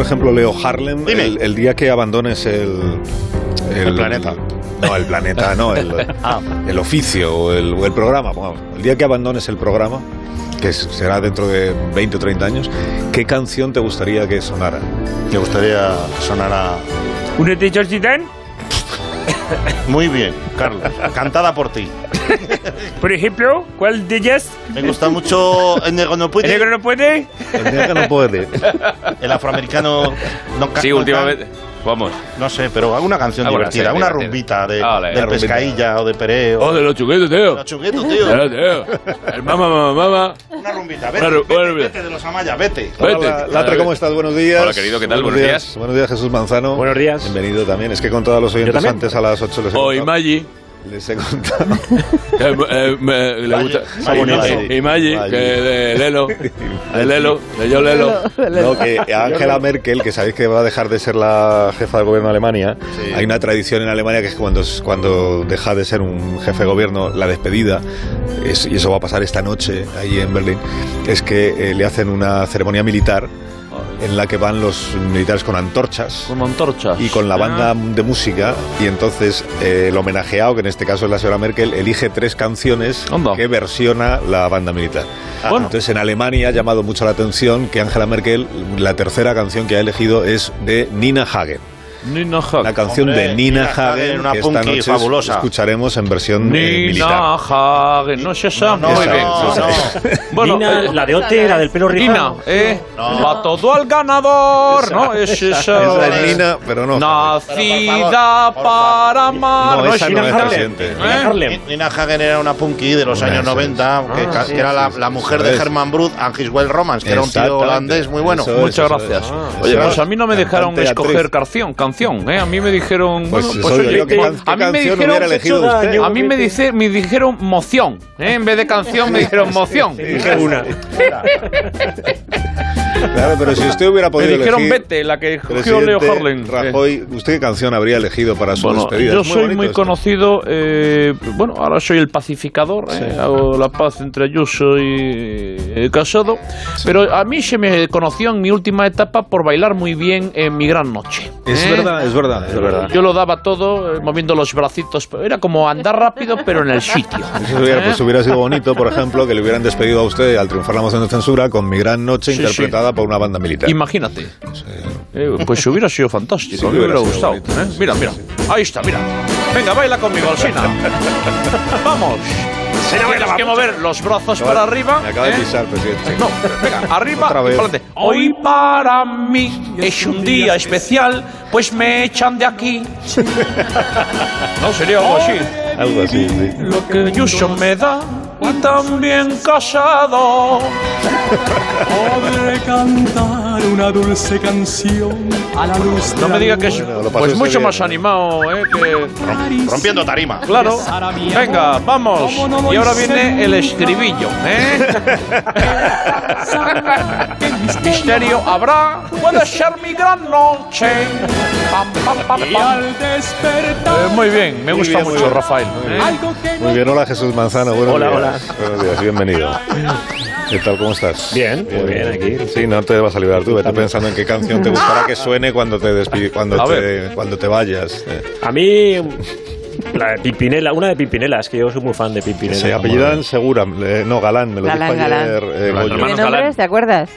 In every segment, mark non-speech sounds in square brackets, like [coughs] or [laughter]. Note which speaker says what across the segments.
Speaker 1: ejemplo, Leo Harlem,
Speaker 2: Dime.
Speaker 1: el, el día que abandones el,
Speaker 2: El planeta.
Speaker 1: No, el planeta, no, el,
Speaker 2: Ah.
Speaker 1: el oficio o el, o el programa. pongamos. el día que abandones el programa, que es- será dentro de 20 o 30 años, ¿qué canción te gustaría que sonara?
Speaker 2: Me gustaría sonar a...
Speaker 3: ¿Únete, Titán?
Speaker 2: Muy bien, Carlos. Cantada por ti.
Speaker 3: Por ejemplo, ¿cuál de ellas?
Speaker 2: Me gusta mucho el negro no
Speaker 3: ¿El
Speaker 2: puede,
Speaker 3: negro no puede?
Speaker 1: El día que
Speaker 4: [laughs]
Speaker 1: no puede.
Speaker 2: el afroamericano no ca-
Speaker 4: Sí,
Speaker 2: no
Speaker 4: últimamente. Vamos.
Speaker 2: ca- No sé, pero alguna canción
Speaker 4: Ah, bueno,
Speaker 2: divertida,
Speaker 4: sí,
Speaker 2: una
Speaker 4: divertida.
Speaker 2: rumbita de,
Speaker 4: Ah, vale,
Speaker 2: del
Speaker 4: la rumbita. Oh,
Speaker 2: pescailla o de pereo.
Speaker 4: de los chuguetos, tío.
Speaker 2: Los chuguetos, tío.
Speaker 4: El mamá, mamá, mamá.
Speaker 2: Una rumbita, vete,
Speaker 4: Una ru-
Speaker 2: vete,
Speaker 4: una rumbita.
Speaker 2: vete de los amayas, vete.
Speaker 1: Hola, Latre, ¿cómo estás? Buenos días.
Speaker 4: Hola, querido, ¿qué tal?
Speaker 1: Buenos
Speaker 4: Buenos
Speaker 1: días.
Speaker 4: días.
Speaker 1: Buenos días, Jesús Manzano.
Speaker 5: Buenos días.
Speaker 1: Bienvenido también. Es que he contado a los oyentes
Speaker 5: también.
Speaker 1: antes a las 8 les he
Speaker 4: O
Speaker 1: contado.
Speaker 4: Imagi.
Speaker 1: Les he contado.
Speaker 4: que, eh, me- le gusta.
Speaker 2: Imagi.
Speaker 4: Imagi, que de Lelo. De Lelo. De yo Lelo.
Speaker 1: No, que Angela Merkel, que sabéis que va a dejar de ser la jefa de gobierno de Alemania,
Speaker 2: Sí.
Speaker 1: hay una tradición en Alemania que es cuando, cuando deja de ser un jefe de gobierno, la despedida, es- y eso va a pasar esta noche ahí en Berlín, es que eh, le hacen una ceremonia militar en la que van los militares con antorchas
Speaker 5: Con antorchas.
Speaker 1: y con la
Speaker 4: Ah,
Speaker 1: banda de música y entonces eh, el homenajeado, que en este caso es la señora Merkel, elige tres canciones
Speaker 5: Anda.
Speaker 1: que versiona la banda militar.
Speaker 5: Bueno.
Speaker 1: Entonces en Alemania ha llamado mucho la atención que Angela Merkel, la tercera canción que ha elegido es de Nina Hagen.
Speaker 5: Nina
Speaker 1: La
Speaker 5: Hagen.
Speaker 1: canción
Speaker 2: Hombre,
Speaker 1: de Nina,
Speaker 2: Nina Hagen,
Speaker 1: Hagen,
Speaker 2: una
Speaker 1: que esta
Speaker 2: punky
Speaker 1: noche
Speaker 2: fabulosa.
Speaker 1: escucharemos en versión eh,
Speaker 5: Nina
Speaker 1: militar.
Speaker 5: Hagen. No se sabe.
Speaker 2: No,
Speaker 4: Muy bien.
Speaker 2: no, no.
Speaker 5: Bueno,
Speaker 6: Nina,
Speaker 5: eh,
Speaker 6: la de Ote, la del pelo
Speaker 5: Nina,
Speaker 6: rizado.
Speaker 5: ¿eh?
Speaker 2: No.
Speaker 5: Va todo al ganador. No, es esa.
Speaker 1: Esa es Nina, pero no.
Speaker 5: Nacida
Speaker 2: Pero por favor, por
Speaker 5: para amar.
Speaker 1: No, esa no
Speaker 6: Nina
Speaker 1: es
Speaker 6: Hagen.
Speaker 1: reciente.
Speaker 5: ¿Eh?
Speaker 6: Nina Harlem.
Speaker 2: Nina Hagen era una punky de los
Speaker 1: Hombre,
Speaker 2: años
Speaker 1: eso es.
Speaker 2: 90,
Speaker 4: Ah,
Speaker 2: que, ca- que era la, la mujer
Speaker 1: Eso
Speaker 2: de
Speaker 1: es.
Speaker 2: Herman Brood and His Wild Romance, que era un tío
Speaker 1: Exactamente.
Speaker 2: holandés muy bueno.
Speaker 1: Eso es.
Speaker 5: Muchas gracias.
Speaker 1: Ah,
Speaker 5: Oye,
Speaker 1: eso
Speaker 5: pues
Speaker 1: es.
Speaker 5: a mí no me dejaron
Speaker 1: Cantante,
Speaker 5: escoger
Speaker 1: actriz.
Speaker 5: canción, canción, ¿eh? A mí me dijeron,
Speaker 1: Pues
Speaker 5: bueno,
Speaker 1: eso
Speaker 5: pues
Speaker 1: digo
Speaker 5: oye,
Speaker 1: yo, ¿qué can- qué
Speaker 5: a mí me
Speaker 1: canción
Speaker 5: dijeron,
Speaker 1: hubiera elegido
Speaker 6: Chuda,
Speaker 1: usted?
Speaker 6: yo-
Speaker 5: a mí me, dice, me dijeron moción, ¿eh? En vez de canción me
Speaker 1: [laughs]
Speaker 5: dijeron moción.
Speaker 6: Dije una.
Speaker 1: Claro, pero si usted hubiera
Speaker 5: Me
Speaker 1: podido
Speaker 5: dijeron
Speaker 1: elegir-
Speaker 5: vete, la que cogió
Speaker 1: Presidente
Speaker 5: Leo Harlem. Eh,
Speaker 1: Rajoy, ¿usted qué canción habría elegido para su
Speaker 5: bueno,
Speaker 1: despedida?
Speaker 5: yo
Speaker 1: Es
Speaker 5: soy
Speaker 1: bonito
Speaker 5: muy
Speaker 1: esto.
Speaker 5: conocido, eh, bueno, ahora soy el pacificador, eh, hago la paz entre Ayuso y eh, Casado, pero a mí se me conoció en mi última etapa por bailar muy bien en mi gran noche.
Speaker 1: Es
Speaker 5: ¿eh?
Speaker 1: verdad, es verdad, es verdad.
Speaker 5: Yo lo daba todo eh, moviendo los bracitos. Era como andar rápido, pero en el sitio.
Speaker 1: Eso hubiera, pues
Speaker 5: ¿Eh?
Speaker 1: hubiera sido
Speaker 5: [laughs]
Speaker 1: bonito, por ejemplo, que le hubieran despedido a usted al triunfar la moción de censura con Mi Gran Noche,
Speaker 5: Sí,
Speaker 1: interpretada por una banda militar.
Speaker 5: Imagínate. Eh, pues hubiera sido fantástico.
Speaker 1: Sí,
Speaker 5: me hubiera
Speaker 1: hubiera sido
Speaker 5: gustado.
Speaker 1: bonito.
Speaker 5: ¿eh? Mira, mira. Ahí está, mira. Venga, baila conmigo,
Speaker 1: [laughs]
Speaker 5: Alsina. Vamos. Tienes que mover los brazos para arriba.
Speaker 1: Me acaba
Speaker 5: ¿eh?
Speaker 1: de pisar, presidente.
Speaker 5: No, venga, arriba
Speaker 1: Otra
Speaker 5: y
Speaker 1: vez.
Speaker 5: pa'lante. Hoy para mí es un día especial, pues me echan de aquí. [laughs] No sería algo así.
Speaker 1: [laughs] Algo así, sí.
Speaker 5: Lo que Yuso me da y también casado.
Speaker 7: Podré cantar una dulce canción a la luz de
Speaker 5: No me diga que es
Speaker 1: Bueno, lo pasó
Speaker 5: pues
Speaker 1: ese
Speaker 5: mucho
Speaker 1: día,
Speaker 5: más
Speaker 1: ¿no?
Speaker 5: animado, ¿eh? Que,
Speaker 2: Rompiendo tarima.
Speaker 5: claro. Venga, vamos. Y ahora viene el estribillo, ¿eh? Misterio habrá, puede ser mi gran noche. Pam, pam, pam,
Speaker 7: Y
Speaker 5: pam. Eh,
Speaker 7: al despertar
Speaker 5: muy bien, me gusta
Speaker 1: bien, muy
Speaker 5: mucho
Speaker 1: bien.
Speaker 5: Rafael. ¿eh?
Speaker 7: algo que
Speaker 1: Muy
Speaker 7: no
Speaker 1: bien, hola Jesús Manzano, buenos
Speaker 6: Hola,
Speaker 1: días. Buenos días, bienvenido. ¿Qué tal, cómo estás?
Speaker 6: Bien, muy bien, aquí.
Speaker 1: Sí, no te vas a liberar tú, vete pensando en qué canción te gustará que suene cuando te, despi- cuando
Speaker 5: A
Speaker 1: te, cuando te vayas. Eh,
Speaker 6: A mí, la de Pimpinela, una de Pimpinela, es que yo soy muy fan de Pimpinela.
Speaker 1: Se apellidan Segura, eh, no, Galán, me lo
Speaker 8: Galán,
Speaker 1: dijo ayer eh,
Speaker 5: Galán, hermano.
Speaker 1: Goyo.
Speaker 8: ¿Qué
Speaker 5: Hermanos Galán.
Speaker 8: nombres? ¿Te acuerdas?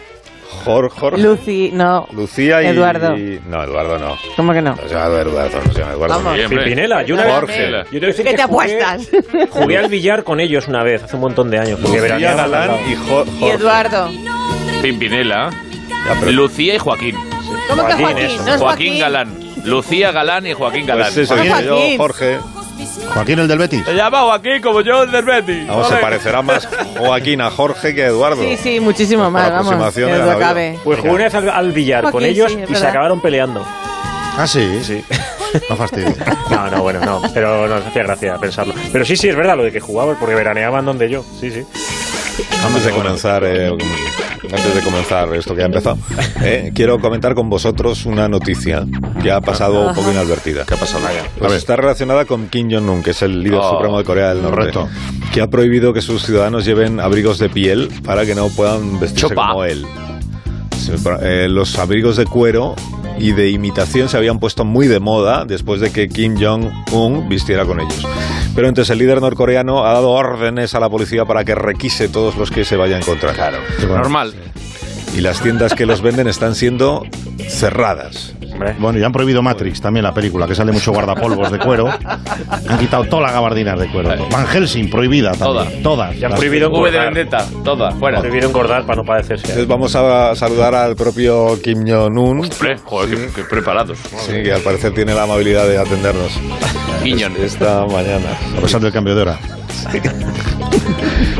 Speaker 1: Jor, Jor-
Speaker 8: Lucy, no.
Speaker 1: Lucía y...
Speaker 8: Eduardo.
Speaker 1: No, Eduardo no.
Speaker 8: ¿Cómo que no?
Speaker 1: No se llama Eduardo, no se llama Eduardo.
Speaker 8: Vamos.
Speaker 1: Bien.
Speaker 4: Bien, hombre.
Speaker 6: Pimpinela, yo una vez-
Speaker 1: Jorge.
Speaker 6: Yo tengo que decir
Speaker 8: ¿Qué
Speaker 6: que jugué-
Speaker 8: te
Speaker 9: [laughs]
Speaker 8: apuestas?
Speaker 6: Jugué al billar con ellos una vez, hace un montón de años. Porque
Speaker 1: Lucía
Speaker 6: veraneaba al
Speaker 1: Galán
Speaker 6: lado.
Speaker 1: y Jo- Jorge.
Speaker 8: Y Eduardo.
Speaker 4: Pimpinela.
Speaker 1: Ya, pero-
Speaker 4: Lucía y Joaquín.
Speaker 8: ¿Cómo que
Speaker 6: Joaquín,
Speaker 8: Joaquín?
Speaker 6: eso.
Speaker 8: No es
Speaker 4: Joaquín Galán. Lucía Galán y Joaquín Galán.
Speaker 1: Pues eso,
Speaker 8: Joaquín.
Speaker 1: dije yo, Jorge.
Speaker 2: Joaquín el del Betis.
Speaker 5: Te llamaba aquí como yo el del Betis.
Speaker 1: Vamos, se
Speaker 5: Ole.
Speaker 1: parecerá más Joaquín a Jorge que a Eduardo.
Speaker 8: Sí, sí, muchísimo
Speaker 1: Por
Speaker 8: más, vamos. Que
Speaker 1: aproximación de
Speaker 8: nos
Speaker 1: la vida.
Speaker 8: acabe.
Speaker 6: Pues jugué una vez al, al billar con
Speaker 8: Joaquín,
Speaker 6: ellos
Speaker 8: sí, es
Speaker 6: y se
Speaker 8: verdad.
Speaker 6: acabaron peleando.
Speaker 2: Ah, sí. sí. No fastidio.
Speaker 1: [laughs]
Speaker 6: No, no, bueno, no. Pero nos hacía gracia pensarlo. Pero sí, sí, es verdad lo de que jugaban, porque veraneaban donde yo. Sí, sí.
Speaker 1: Antes de comenzar, eh, antes de comenzar esto que ha empezado, eh, quiero comentar con vosotros una noticia que ha pasado un poco inadvertida. ¿Qué ha pasado? está relacionada con Kim Jong-un, que es el líder
Speaker 4: Oh,
Speaker 1: supremo de Corea del Norte,
Speaker 2: correcto.
Speaker 1: que ha prohibido que sus ciudadanos lleven abrigos de piel para que no puedan vestirse
Speaker 4: Chopa.
Speaker 1: como él. Sí, bueno, eh, los abrigos de cuero y de imitación se habían puesto muy de moda después de que Kim Jong-un vistiera con ellos. Pero entonces el líder norcoreano ha dado órdenes a la policía para que requise todos los que se vaya a encontrar. Claro.
Speaker 5: Normal.
Speaker 1: Y las tiendas que los venden están siendo cerradas.
Speaker 2: Bueno, y han prohibido Matrix también la película, que sale mucho guardapolvos de cuero. Han quitado todas las gabardinas de cuero. Van Helsing prohibida también. Todas.
Speaker 6: Ya han
Speaker 2: Las-
Speaker 6: prohibido
Speaker 5: V de
Speaker 6: engordar.
Speaker 5: vendetta, toda, fuera.
Speaker 6: Prohibido engordar para no padecerse.
Speaker 1: Entonces vamos a saludar al propio Kim Jong-un,
Speaker 5: Hombre, joder, qué- qué preparados.
Speaker 1: sí, que al parecer tiene la amabilidad de atendernos
Speaker 5: Guiñón.
Speaker 1: esta mañana.
Speaker 2: A pesar del cambio de hora.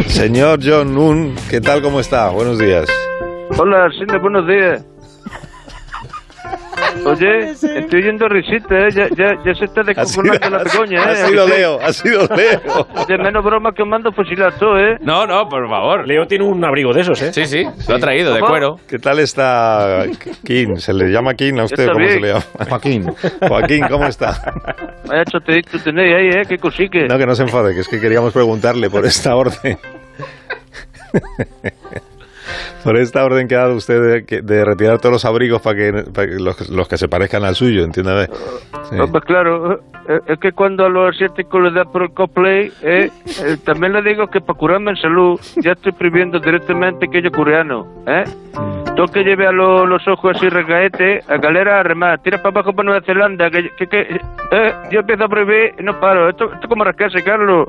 Speaker 1: Señor Jong-un, ¿qué tal? ¿Cómo está? Buenos días.
Speaker 8: Hola, Arsenio, buenos días. Oye, estoy oyendo risitas, ¿eh? ya, ya, ya se está
Speaker 1: Ha sido, [laughs]
Speaker 8: descojonando la vergüenza,
Speaker 1: ha
Speaker 8: ¿eh?
Speaker 1: sido Leo, ha sido Leo. [laughs]
Speaker 8: De Este, menos broma que mando fusilar todo, ¿eh?
Speaker 5: No, no, por favor.
Speaker 6: Leo tiene un abrigo de esos, ¿eh?
Speaker 5: Sí, sí, lo ha traído de
Speaker 8: ¿Cómo?
Speaker 5: cuero.
Speaker 1: ¿Qué tal está Kim? ¿Se le llama Kim a usted?
Speaker 8: Está
Speaker 1: ¿Cómo se
Speaker 8: bien.
Speaker 1: le llama?
Speaker 2: Joaquín.
Speaker 1: Joaquín, ¿cómo está?
Speaker 8: Vaya choteito tenéis ahí, ¿eh? Qué cosique.
Speaker 1: No, que no se enfade, que es que queríamos preguntarle por esta orden. Por esta orden que ha dado usted de, que- de retirar todos los abrigos para que, para que los, los que se parezcan al suyo, entiéndame. Sí.
Speaker 8: No, pues claro, eh, es que cuando a los asiáticos les da por el cosplay, eh, eh, también les digo que para curarme en salud, ya estoy prohibiendo directamente aquello coreano, ¿eh? Tú que lleve a lo- los ojos así regaete, a galera a remar, tira para abajo para Nueva Zelanda, que, que, que- eh, yo empiezo a prohibir y no paro. Esto, esto es como rascarse, Carlos.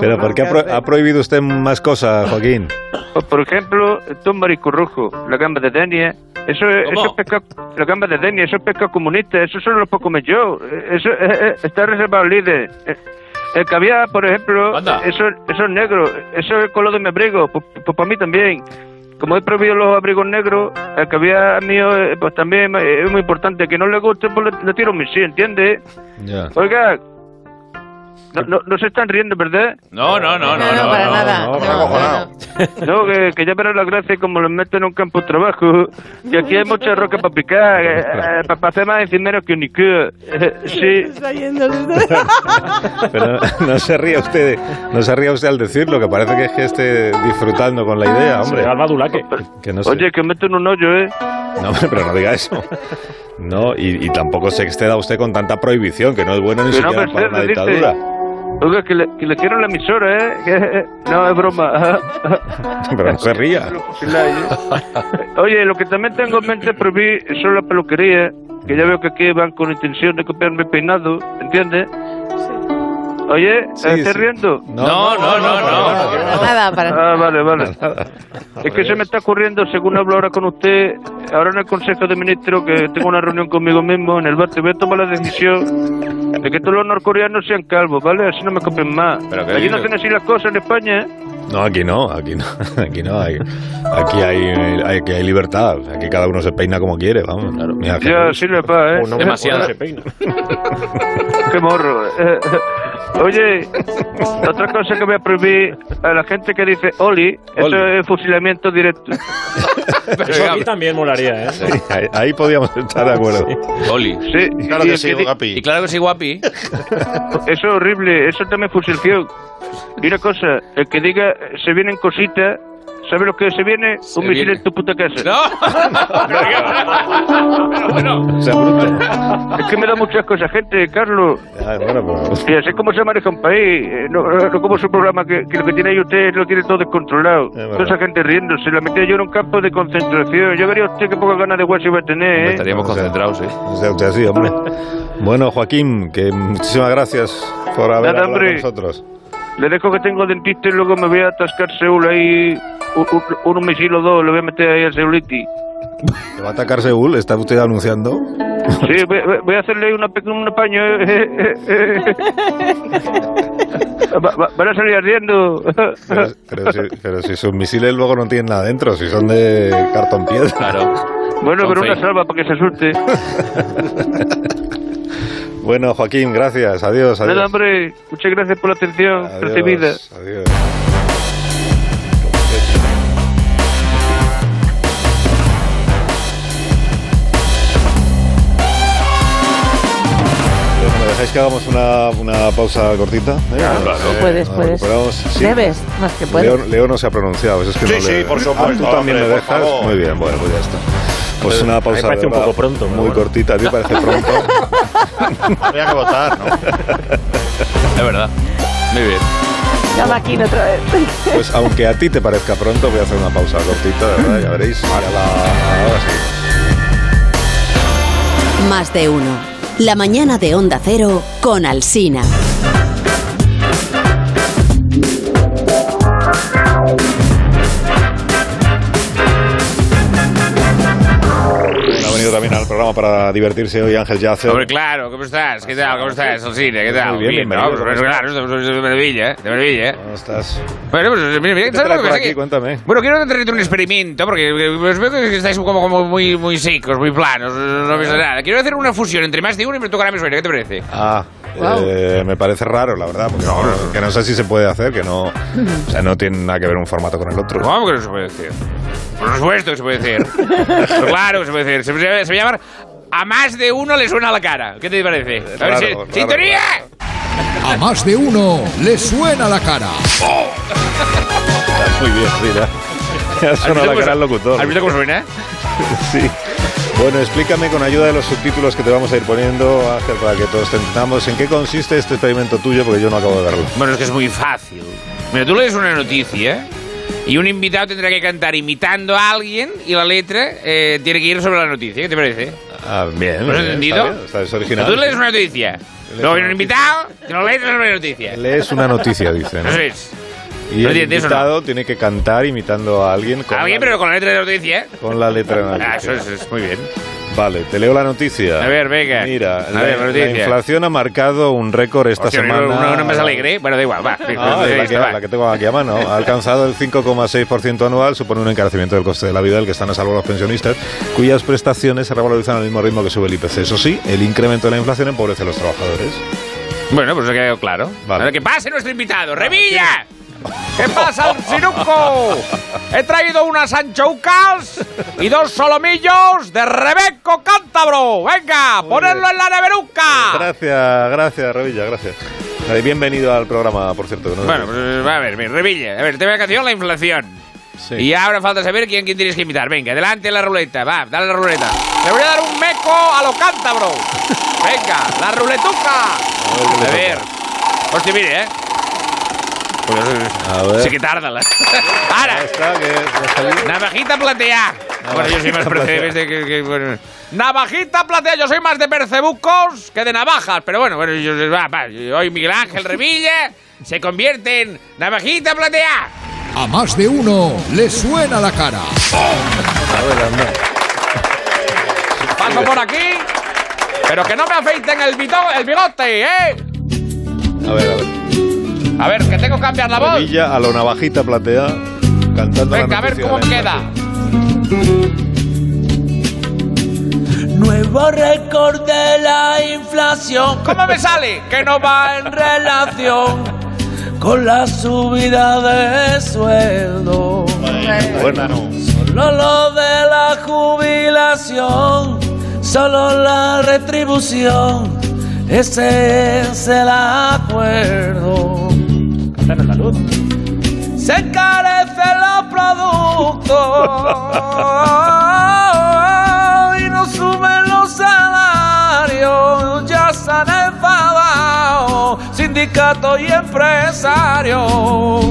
Speaker 1: Pero ¿por qué ha, pro- ha prohibido usted más cosas, Joaquín?
Speaker 8: Pues, por ejemplo, esto es un marisco rojo, la gamba de Denia. Eso, es-
Speaker 5: ¿Cómo?
Speaker 8: eso es pescado, la gamba de Denia, eso es pescado comunista, eso solo lo puedo comer yo. Eso eh, eh, está reservado al líder. Eh, El caviar, por ejemplo, eh,
Speaker 5: Anda.
Speaker 8: eso, eso es negro, eso es el color de mi abrigo, pues, pues para mí también. Como he prohibido los abrigos negros, el caviar mío eh, pues también eh, es muy importante. Que no le guste, pues le, le tiro mi sí, ¿entiendes?
Speaker 1: Ya.
Speaker 8: Oiga, no, no, no se están riendo, ¿verdad?
Speaker 5: No, no, no, no.
Speaker 10: No, no, para nada.
Speaker 1: no,
Speaker 10: No,
Speaker 1: para
Speaker 10: no,
Speaker 1: nada.
Speaker 10: no.
Speaker 8: No, que, que ya verás la gracia como los meten en un campo de trabajo. Que aquí hay mucha roca para picar, eh, para hacer más encimeros que unicur. Eh, sí,
Speaker 10: Se está yendo, se está-
Speaker 1: Pero no, no se ría usted, no se ría usted al decirlo, que parece que es que esté disfrutando con la idea, hombre.
Speaker 6: Alba Dulaque.
Speaker 1: Que no sé.
Speaker 8: Ah, oye, que meten un hoyo, ¿eh?
Speaker 1: No, hombre, pero no diga eso. No, y, y tampoco se exceda usted con tanta prohibición, que no es bueno ni
Speaker 8: Que no
Speaker 1: siquiera
Speaker 8: me
Speaker 1: para una
Speaker 8: excedo, dice.
Speaker 1: dictadura.
Speaker 8: Oiga, que le, que le quiero la emisora, ¿eh? Que- no, es broma. [laughs]
Speaker 1: [laughs] Pero no se ría.
Speaker 8: eh. Oye, lo que también tengo en mente es prohibir son las peluquerías, que ya veo que aquí van con intención de copiarme el peinado, ¿entiendes? Oye,
Speaker 1: Sí,
Speaker 8: ¿estás
Speaker 1: sí.
Speaker 8: riendo?
Speaker 5: No, no, no, no.
Speaker 10: Para nada, para nada.
Speaker 8: Ah, vale, vale. Es que se me está ocurriendo, según hablo ahora con usted, ahora en el Consejo de Ministros, que tengo una reunión conmigo mismo en el bar, te voy a tomar la decisión de que todos los norcoreanos sean calvos, ¿vale? Así no me copen más.
Speaker 5: Pero que
Speaker 8: Allí no
Speaker 5: dice-
Speaker 8: hacen así las cosas en España, ¿eh?
Speaker 1: No, aquí no, aquí no, [laughs] aquí no. Hay, aquí, hay, hay- aquí hay libertad. Aquí cada uno se peina como quiere, vamos. Mira, que-
Speaker 8: Ya, sí le pasa, ¿eh?
Speaker 6: O no,
Speaker 5: Demasiado.
Speaker 6: o no se peina.
Speaker 8: Qué morro. [laughs] eh. Oye, otra cosa que voy a prohibir a la gente que dice Oli, eso
Speaker 1: Oli.
Speaker 8: es fusilamiento directo.
Speaker 6: Eso
Speaker 1: [laughs]
Speaker 6: a mí también molaría, ¿eh?
Speaker 1: ahí, ahí podíamos estar de acuerdo.
Speaker 5: Oli.
Speaker 8: Sí,
Speaker 2: Claro
Speaker 8: y
Speaker 2: que
Speaker 8: el
Speaker 2: sí,
Speaker 8: di-
Speaker 2: Gapi.
Speaker 5: Y claro que sí, guapi.
Speaker 8: Eso es horrible, eso también es fusilción. Y una cosa, el que diga se vienen cositas, ¿sabes lo que se viene? Un misil
Speaker 5: viene.
Speaker 8: en tu puta casa.
Speaker 5: No. Pero bueno.
Speaker 1: O sea, bruto.
Speaker 8: Es que me da muchas cosas, gente, Carlos.
Speaker 1: Ya, bueno, pues, pero-
Speaker 8: Y así como se maneja un país, eh, no, no como su programa, que, que lo que tiene ahí usted lo tiene todo descontrolado.
Speaker 1: verdad.
Speaker 8: Toda esa gente riéndose, la metía yo en un campo de concentración. Ya vería usted qué pocas ganas de guas iba a tener, ¿eh?
Speaker 5: Estaríamos concentrados, ¿eh?
Speaker 1: o sea, usted así, hombre. Bueno, Joaquín, que muchísimas gracias por haber hablado
Speaker 8: Nada,
Speaker 1: con
Speaker 8: hombre.
Speaker 1: nosotros.
Speaker 8: Le dejo que tengo dentista y luego me voy a atascar Seúl ahí, un, un, un misil o dos, le voy a meter ahí al Seuliti.
Speaker 1: ¿Le va a atacar Seúl? ¿Está usted anunciando?
Speaker 8: Sí, voy, voy- voy a hacerle una, pe- un paño. eh, eh, eh,
Speaker 4: [laughs]
Speaker 8: eh. Va- va- van a salir ardiendo.
Speaker 1: Pero,
Speaker 4: Pues,
Speaker 1: pero si, pero si sus misiles luego no tienen nada dentro, si son de cartón piedra.
Speaker 5: Claro.
Speaker 8: Bueno, pero
Speaker 5: Son
Speaker 8: una
Speaker 5: fake.
Speaker 8: salva para que se asuste.
Speaker 1: Bueno, Joaquín, gracias. Adiós, adiós.
Speaker 8: Nada, hombre, muchas gracias por la atención
Speaker 1: Adiós,
Speaker 8: recibida.
Speaker 1: Adiós. Yo no me dejéis ¿Dejáis que hagamos una, una pausa cortita? ¿Eh? Eh,
Speaker 10: Puedes,
Speaker 1: nos
Speaker 10: puedes.
Speaker 1: recuperamos. Sí.
Speaker 10: Debes, más que puedes.
Speaker 1: Leo, Leo no se ha pronunciado, es que
Speaker 2: Sí,
Speaker 1: no le-
Speaker 2: sí, por
Speaker 1: Ah,
Speaker 2: supuesto,
Speaker 1: ¿Tú también
Speaker 2: hombre,
Speaker 1: le
Speaker 2: por
Speaker 1: dejas?
Speaker 2: favor.
Speaker 1: Muy bien, bueno, pues ya está. Pues una pausa.
Speaker 6: parece
Speaker 1: de
Speaker 6: un
Speaker 1: verdad,
Speaker 6: poco pronto, pero
Speaker 1: Muy
Speaker 6: bueno.
Speaker 1: cortita, a mí me parece pronto.
Speaker 2: Habría que votar, ¿no?
Speaker 4: Es verdad. Muy bien.
Speaker 10: La máquina otra vez.
Speaker 1: Pues aunque a ti te parezca pronto, voy a hacer una pausa cortita, de ¿verdad? Ya veréis. Ahora la- ahora sí.
Speaker 11: Más de uno. La mañana de Onda Cero con Alsina.
Speaker 1: Ha venido también al programa para divertirse hoy Ángel Yace.
Speaker 4: Hombre, claro, ¿cómo estás? ¿Qué tal? ¿Cómo estás, Alcine? ¿Qué tal?
Speaker 1: Ah, Muy bien, bienvenido,
Speaker 4: ¿no?
Speaker 1: ¿cómo
Speaker 4: Pues, claro, estamos de maravilla, ¿eh? De maravilla, ¿eh?
Speaker 1: ¿Cómo estás?
Speaker 4: Bueno, pues mira, mira,
Speaker 1: ¿Qué te
Speaker 4: ¿sabes lo que
Speaker 1: traes por
Speaker 4: pasa?
Speaker 1: aquí?
Speaker 4: Que-
Speaker 1: Cuéntame.
Speaker 4: Bueno, quiero hacerte un experimento, porque eh, os veo que estáis como, como muy, muy secos, muy planos, no no veis nada. Quiero hacer una fusión entre más de uno y me tocará mi suegra, ¿qué te parece?
Speaker 1: Ah, eh, me parece raro, la verdad, porque no, que no sé si se puede hacer, que no, o sea, no tiene nada que ver un formato con el otro.
Speaker 4: ¿Cómo Pues que no se puede decir? Por supuesto que se puede decir. Pero claro que se puede decir. Se, se, se va a llamar A más de uno le suena la cara. ¿Qué te parece? A ver
Speaker 1: Raro,
Speaker 4: si-
Speaker 1: raro,
Speaker 4: ¡Sintonía!
Speaker 12: A más de uno le suena la cara.
Speaker 1: Muy bien, [laughs] mira.
Speaker 4: ¿Has
Speaker 1: Ya
Speaker 4: visto
Speaker 1: suena la
Speaker 4: cómo
Speaker 1: cara
Speaker 4: su-
Speaker 1: al locutor.
Speaker 4: ¿Has visto cómo suena?
Speaker 1: [laughs] Sí. Bueno, explícame con ayuda de los subtítulos que te vamos a ir poniendo, Ángel, para que todos te entendamos en qué consiste este experimento tuyo, porque yo no acabo de verlo.
Speaker 4: Bueno, es que es muy fácil. Mira, tú lees una noticia y un invitado tendrá que cantar imitando a alguien y la letra eh, tiene que ir sobre la noticia. ¿Qué te parece?
Speaker 1: Ah, bien.
Speaker 4: ¿Lo has
Speaker 1: bien,
Speaker 4: entendido?
Speaker 1: Está bien, está- es
Speaker 4: Mira, tú
Speaker 1: original.
Speaker 4: lees una noticia, luego viene un invitado y lo lees sobre la noticia.
Speaker 1: Lees una
Speaker 4: [laughs]
Speaker 1: noticia, dicen.
Speaker 4: Eso es.
Speaker 1: Y
Speaker 4: No
Speaker 1: el
Speaker 4: entiendes, ¿o no?
Speaker 1: invitado tiene que cantar imitando a alguien con,
Speaker 4: Alguien,
Speaker 1: la,
Speaker 4: Ah, pero con la letra de la noticia.
Speaker 1: con la letra de la
Speaker 4: Ah, eso
Speaker 1: noticia.
Speaker 4: es, es muy bien.
Speaker 1: Vale, te leo la noticia.
Speaker 4: A ver, venga.
Speaker 1: Mira,
Speaker 4: A
Speaker 1: la,
Speaker 4: ver,
Speaker 1: la
Speaker 4: noticia.
Speaker 1: inflación ha marcado un récord esta
Speaker 4: Hostia,
Speaker 1: semana.
Speaker 4: Una, una más alegre. Bueno, da igual, va.
Speaker 1: Ah, es la, que,
Speaker 4: Va.
Speaker 1: la que tengo aquí a mano. Ha alcanzado el 5,6% anual, supone un encarecimiento del coste de la vida del que están a salvo los pensionistas, cuyas prestaciones se revalorizan al mismo ritmo que sube el IPC. Eso sí, el incremento de la inflación empobrece a los trabajadores.
Speaker 4: Bueno, pues ha quedado claro.
Speaker 1: Vale. Ah,
Speaker 4: Ahora que pase nuestro invitado, Revilla. ¿Qué pasa, Sinuco? He traído unas anchoucas y dos solomillos de Rebeco Cántabro. Venga, ponedlo en la neveruca.
Speaker 1: Gracias, gracias, Revilla, gracias. Eh, Bienvenido al programa, por cierto. que no-
Speaker 4: Bueno, pues eh, a ver, mira, Revilla. A ver, tema de canción, la inflación.
Speaker 1: Sí.
Speaker 4: Y ahora em falta saber quién, quién tienes que invitar. Venga, adelante la ruleta. Va, dale la ruleta. Le voy a dar un meco a lo cántabro. Venga, la ruletuca.
Speaker 1: ver qué le
Speaker 4: A ver. Hostia, mire, ¿eh?
Speaker 1: Pues A ver.
Speaker 4: Sí que tarda la... [laughs] Ahora,
Speaker 1: Ya está, que ya ha salido.
Speaker 4: navajita platea. Bueno, yo soy más percebes de que... que- bueno. Navajita platea, yo soy más de percebucos que de navajas. Pero bueno, bueno yo, yo- va, va, yo- hoy Miguel Ángel Revilla se convierte en navajita platea.
Speaker 12: A más de uno le suena la cara.
Speaker 4: Paso por aquí, pero que no me afeiten el, bito- el bigote, ¿eh?
Speaker 1: A ver, a ver.
Speaker 4: A ver, que tengo que cambiar la voz.
Speaker 1: Revilla a lo navajita platea, cantando
Speaker 4: Venga,
Speaker 1: la
Speaker 4: a ver
Speaker 1: noticia
Speaker 4: cómo
Speaker 1: de la
Speaker 4: queda.
Speaker 7: Nuevo récord de la inflación
Speaker 4: ¿Cómo me sale? Que no va en relación.
Speaker 7: con la subida de sueldo.
Speaker 1: inflación. Bueno,
Speaker 7: Solo lo de la jubilación, solo la retribución, ese es el acuerdo. Se encarecen los productos y no suben los salarios, ya se han enfadado sindicatos y empresarios.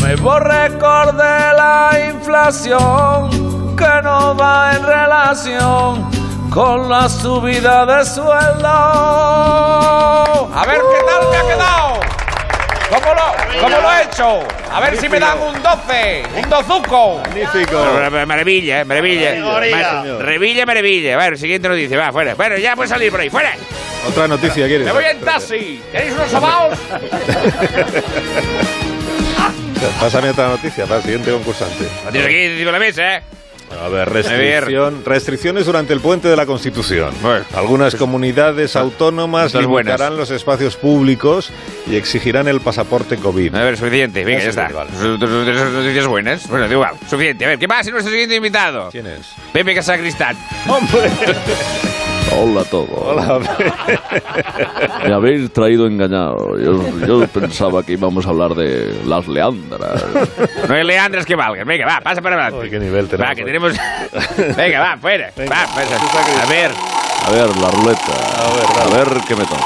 Speaker 7: Nuevo récord de la inflación que no va en relación con la subida de sueldo.
Speaker 4: A ver qué tal me ha quedado. ¿Cómo lo, cómo lo he hecho? A ver si me dan un 12, un dozuco.
Speaker 1: magnífico.
Speaker 4: Maravilla, eh, maravilla. Ma- Revilla, maravilla. A ver, siguiente noticia, va, fuera. Bueno, ya puedes salir por ahí, fuera.
Speaker 1: Otra noticia, ¿quieres?
Speaker 4: Me voy en taxi. ¿Queréis unos sobaos?
Speaker 1: [laughs] Pásame otra noticia para el siguiente concursante.
Speaker 4: Lo tienes aquí encima de la mesa, ¿eh?
Speaker 1: A ver, restricción- restricciones durante el puente de la Constitución.
Speaker 4: Bueno.
Speaker 1: Algunas comunidades autónomas
Speaker 4: estas Pues, buenas.
Speaker 1: limitarán los espacios públicos y exigirán el pasaporte COVID.
Speaker 4: A ver, suficiente, venga, ya
Speaker 1: Ya
Speaker 4: está.
Speaker 1: suficiente,
Speaker 4: Sus- sus- sus Noticias buenas. Bueno, da igual, suficiente. A ver, ¿qué pasa? Nuestro siguiente invitado,
Speaker 1: ¿Quién es?
Speaker 4: Pepe Casacristán.
Speaker 1: ¡Hombre!
Speaker 5: Hola a todos.
Speaker 4: [laughs]
Speaker 5: Me habéis traído engañado. Yo, yo pensaba que íbamos a hablar de las leandras.
Speaker 4: No hay leandres que valgan. Venga, va, pasa para adelante. qué nivel Va, que tenemos...
Speaker 5: [laughs]
Speaker 4: Venga, va, fuera. Va, fuera. A ver.
Speaker 5: A ver, la ruleta. A ver, qué me toca.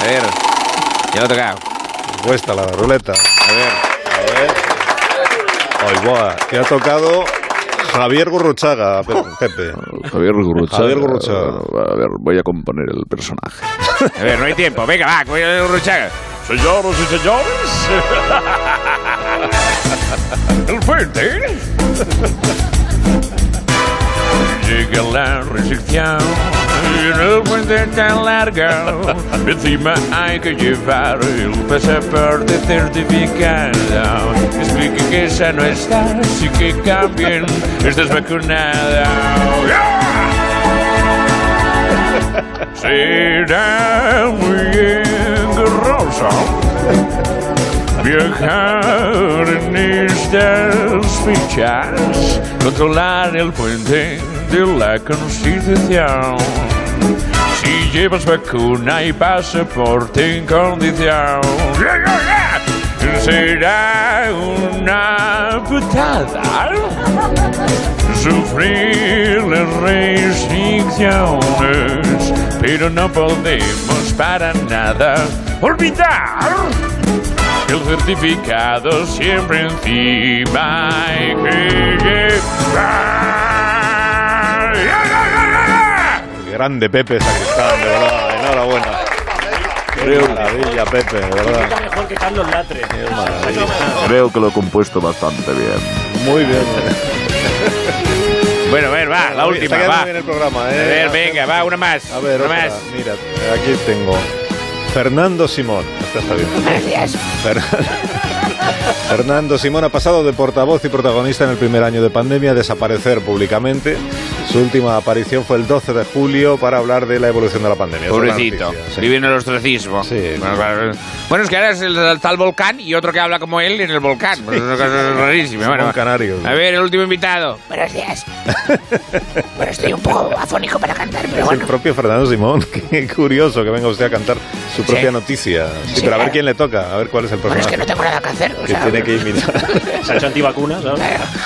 Speaker 4: A ver. Ya lo he tocado.
Speaker 1: Cuesta la ruleta. A ver. A ver. Ay, guau. Te ha tocado Javier Gurruchaga, Pe- Pepe.
Speaker 5: Javier Gurruchaga.
Speaker 1: Javier Gurruchaga.
Speaker 5: Bueno, a ver, voy a componer el personaje.
Speaker 4: A ver, no hay tiempo. Venga, va, que voy a ruchaga. Señoras y [laughs] señores. El fuerte.
Speaker 10: Llega la recepción y no puede tan largo. Encima hay que llevar el pasaporte certificado. Explique que esa no está, así que cambien. Estás vacunada. Será muy engorroso viajar en estas fechas, controlar el puente de la Constitución. Si llevas vacuna y pasaporte en condición, será una putada sufrir las restricciones, pero no podemos para nada olvidar que el certificado siempre encima hay que llevar.
Speaker 1: Grande Pepe Sacristán, de verdad. Enhorabuena. Qué maravilla, Pepe, de verdad.
Speaker 6: Mejor que Carlos Latre.
Speaker 5: Creo que lo he compuesto bastante bien.
Speaker 1: Muy bien.
Speaker 4: Bueno, a ver, va, la
Speaker 1: Oye,
Speaker 4: última,
Speaker 1: está quedando
Speaker 4: va.
Speaker 1: bien el programa, ¿eh?
Speaker 4: A ver, venga, va, una más.
Speaker 1: A ver,
Speaker 4: una
Speaker 1: otra.
Speaker 4: más.
Speaker 1: Mira, aquí tengo. Fernando Simón. Este está bien. Fer- [laughs] Fernando Simón ha pasado de portavoz y protagonista en el primer año de pandemia a desaparecer públicamente. Su última aparición fue el 12 de julio para hablar de la evolución de la pandemia. Es otra
Speaker 4: Pobrecito,
Speaker 1: noticia.
Speaker 4: vive en el ostracismo. Bueno, claro. Bueno, es que ahora es el, tal volcán y otro que habla como él en el volcán. Pues es una
Speaker 1: [laughs]
Speaker 4: cosa rarísima.
Speaker 1: Simón
Speaker 4: Bueno, va.
Speaker 1: Canario.
Speaker 4: a ver, el último invitado.
Speaker 7: Buenos días. Bueno, estoy un poco afónico para cantar, pero
Speaker 1: Es el
Speaker 7: bueno.
Speaker 1: propio Fernando Simón. [laughs] Qué curioso que venga usted a cantar su propia
Speaker 7: Sí.
Speaker 1: noticia. Sí,
Speaker 7: Sí,
Speaker 1: pero a ver
Speaker 7: claro.
Speaker 1: quién le toca, a ver cuál es el
Speaker 7: Bueno, es
Speaker 1: personaje
Speaker 7: que no tengo nada que hacer. O
Speaker 1: que
Speaker 7: sea, [laughs]
Speaker 1: tiene que imitar.
Speaker 6: Se ha hecho antivacunas, ¿no?
Speaker 13: Eh,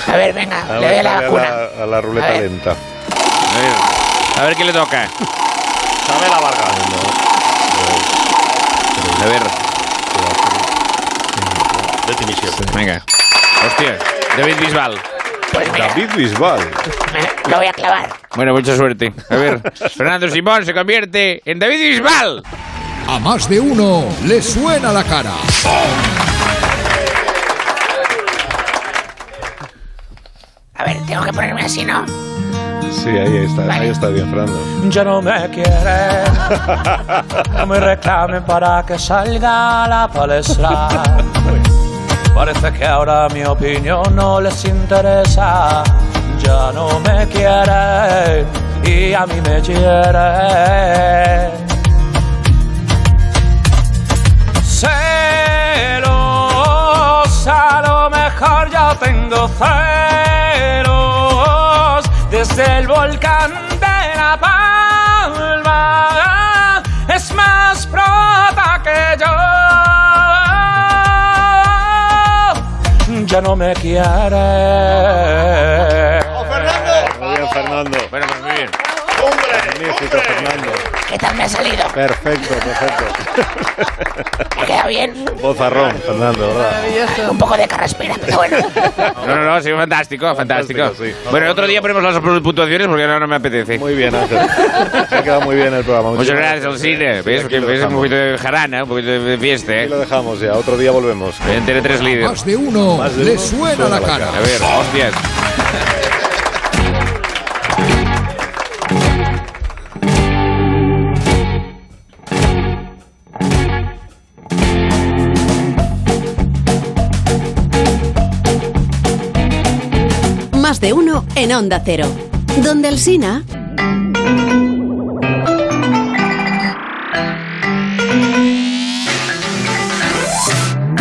Speaker 7: a ver, venga, Ah, le doy a la
Speaker 1: a
Speaker 7: vacuna.
Speaker 1: a la ruleta
Speaker 7: A ver.
Speaker 1: lenta.
Speaker 4: A ver, a ver qué le toca.
Speaker 6: Sabe la Vargas.
Speaker 4: A ver. Venga. Hostia, David Bisbal.
Speaker 1: David Bisbal.
Speaker 7: Me- Lo voy a clavar.
Speaker 4: Bueno, mucha suerte. A ver, Fernando Simón se convierte en David Bisbal.
Speaker 12: A más de uno le suena la cara.
Speaker 7: A ver, tengo que ponerme así, ¿no?
Speaker 1: Sí, ahí está, ahí está bien, Fernando.
Speaker 10: Ya no me quiere, no me reclame para que salga a la palestra. Parece que ahora mi opinión no les interesa. Ya no me quiere y a mí me quiere. celos, a lo mejor yo tengo celos desde el volcán de La Palma. Es más prota que yo. Ya no me quiere.
Speaker 1: Muy bien, Fernando.
Speaker 4: Bueno, pues muy bien.
Speaker 1: Magnífico, Fernando.
Speaker 7: ¿Qué tal me ha salido?
Speaker 1: Perfecto, perfecto. [laughs]
Speaker 7: ¿Me ha quedado bien?
Speaker 1: Bozarrón, Fernando, ¿verdad?
Speaker 7: Un poco de carraspera, pero bueno.
Speaker 4: No, no, no, sí, fantástico, fantástico. Bueno, otro día ponemos las puntuaciones porque ahora no me apetece.
Speaker 1: Muy bien, Ángel. Se ha quedado muy bien el programa.
Speaker 4: Muchas
Speaker 1: Muchísimas
Speaker 4: gracias, Alcine.
Speaker 1: Sí,
Speaker 4: ¿Ves?
Speaker 1: aquí
Speaker 4: Que
Speaker 1: lo
Speaker 4: ves un
Speaker 1: dejamos.
Speaker 4: poquito de jarana, un poquito de fiesta,
Speaker 1: Aquí
Speaker 4: ¿eh?
Speaker 1: lo dejamos ya. Otro día volvemos.
Speaker 4: En Tele 3 Líder.
Speaker 12: Más de uno
Speaker 1: Más de
Speaker 12: Oh, le
Speaker 1: uno
Speaker 12: suena la cara.
Speaker 4: A ver, hostias.
Speaker 11: Más de uno en Onda Cero. Donde Alsina.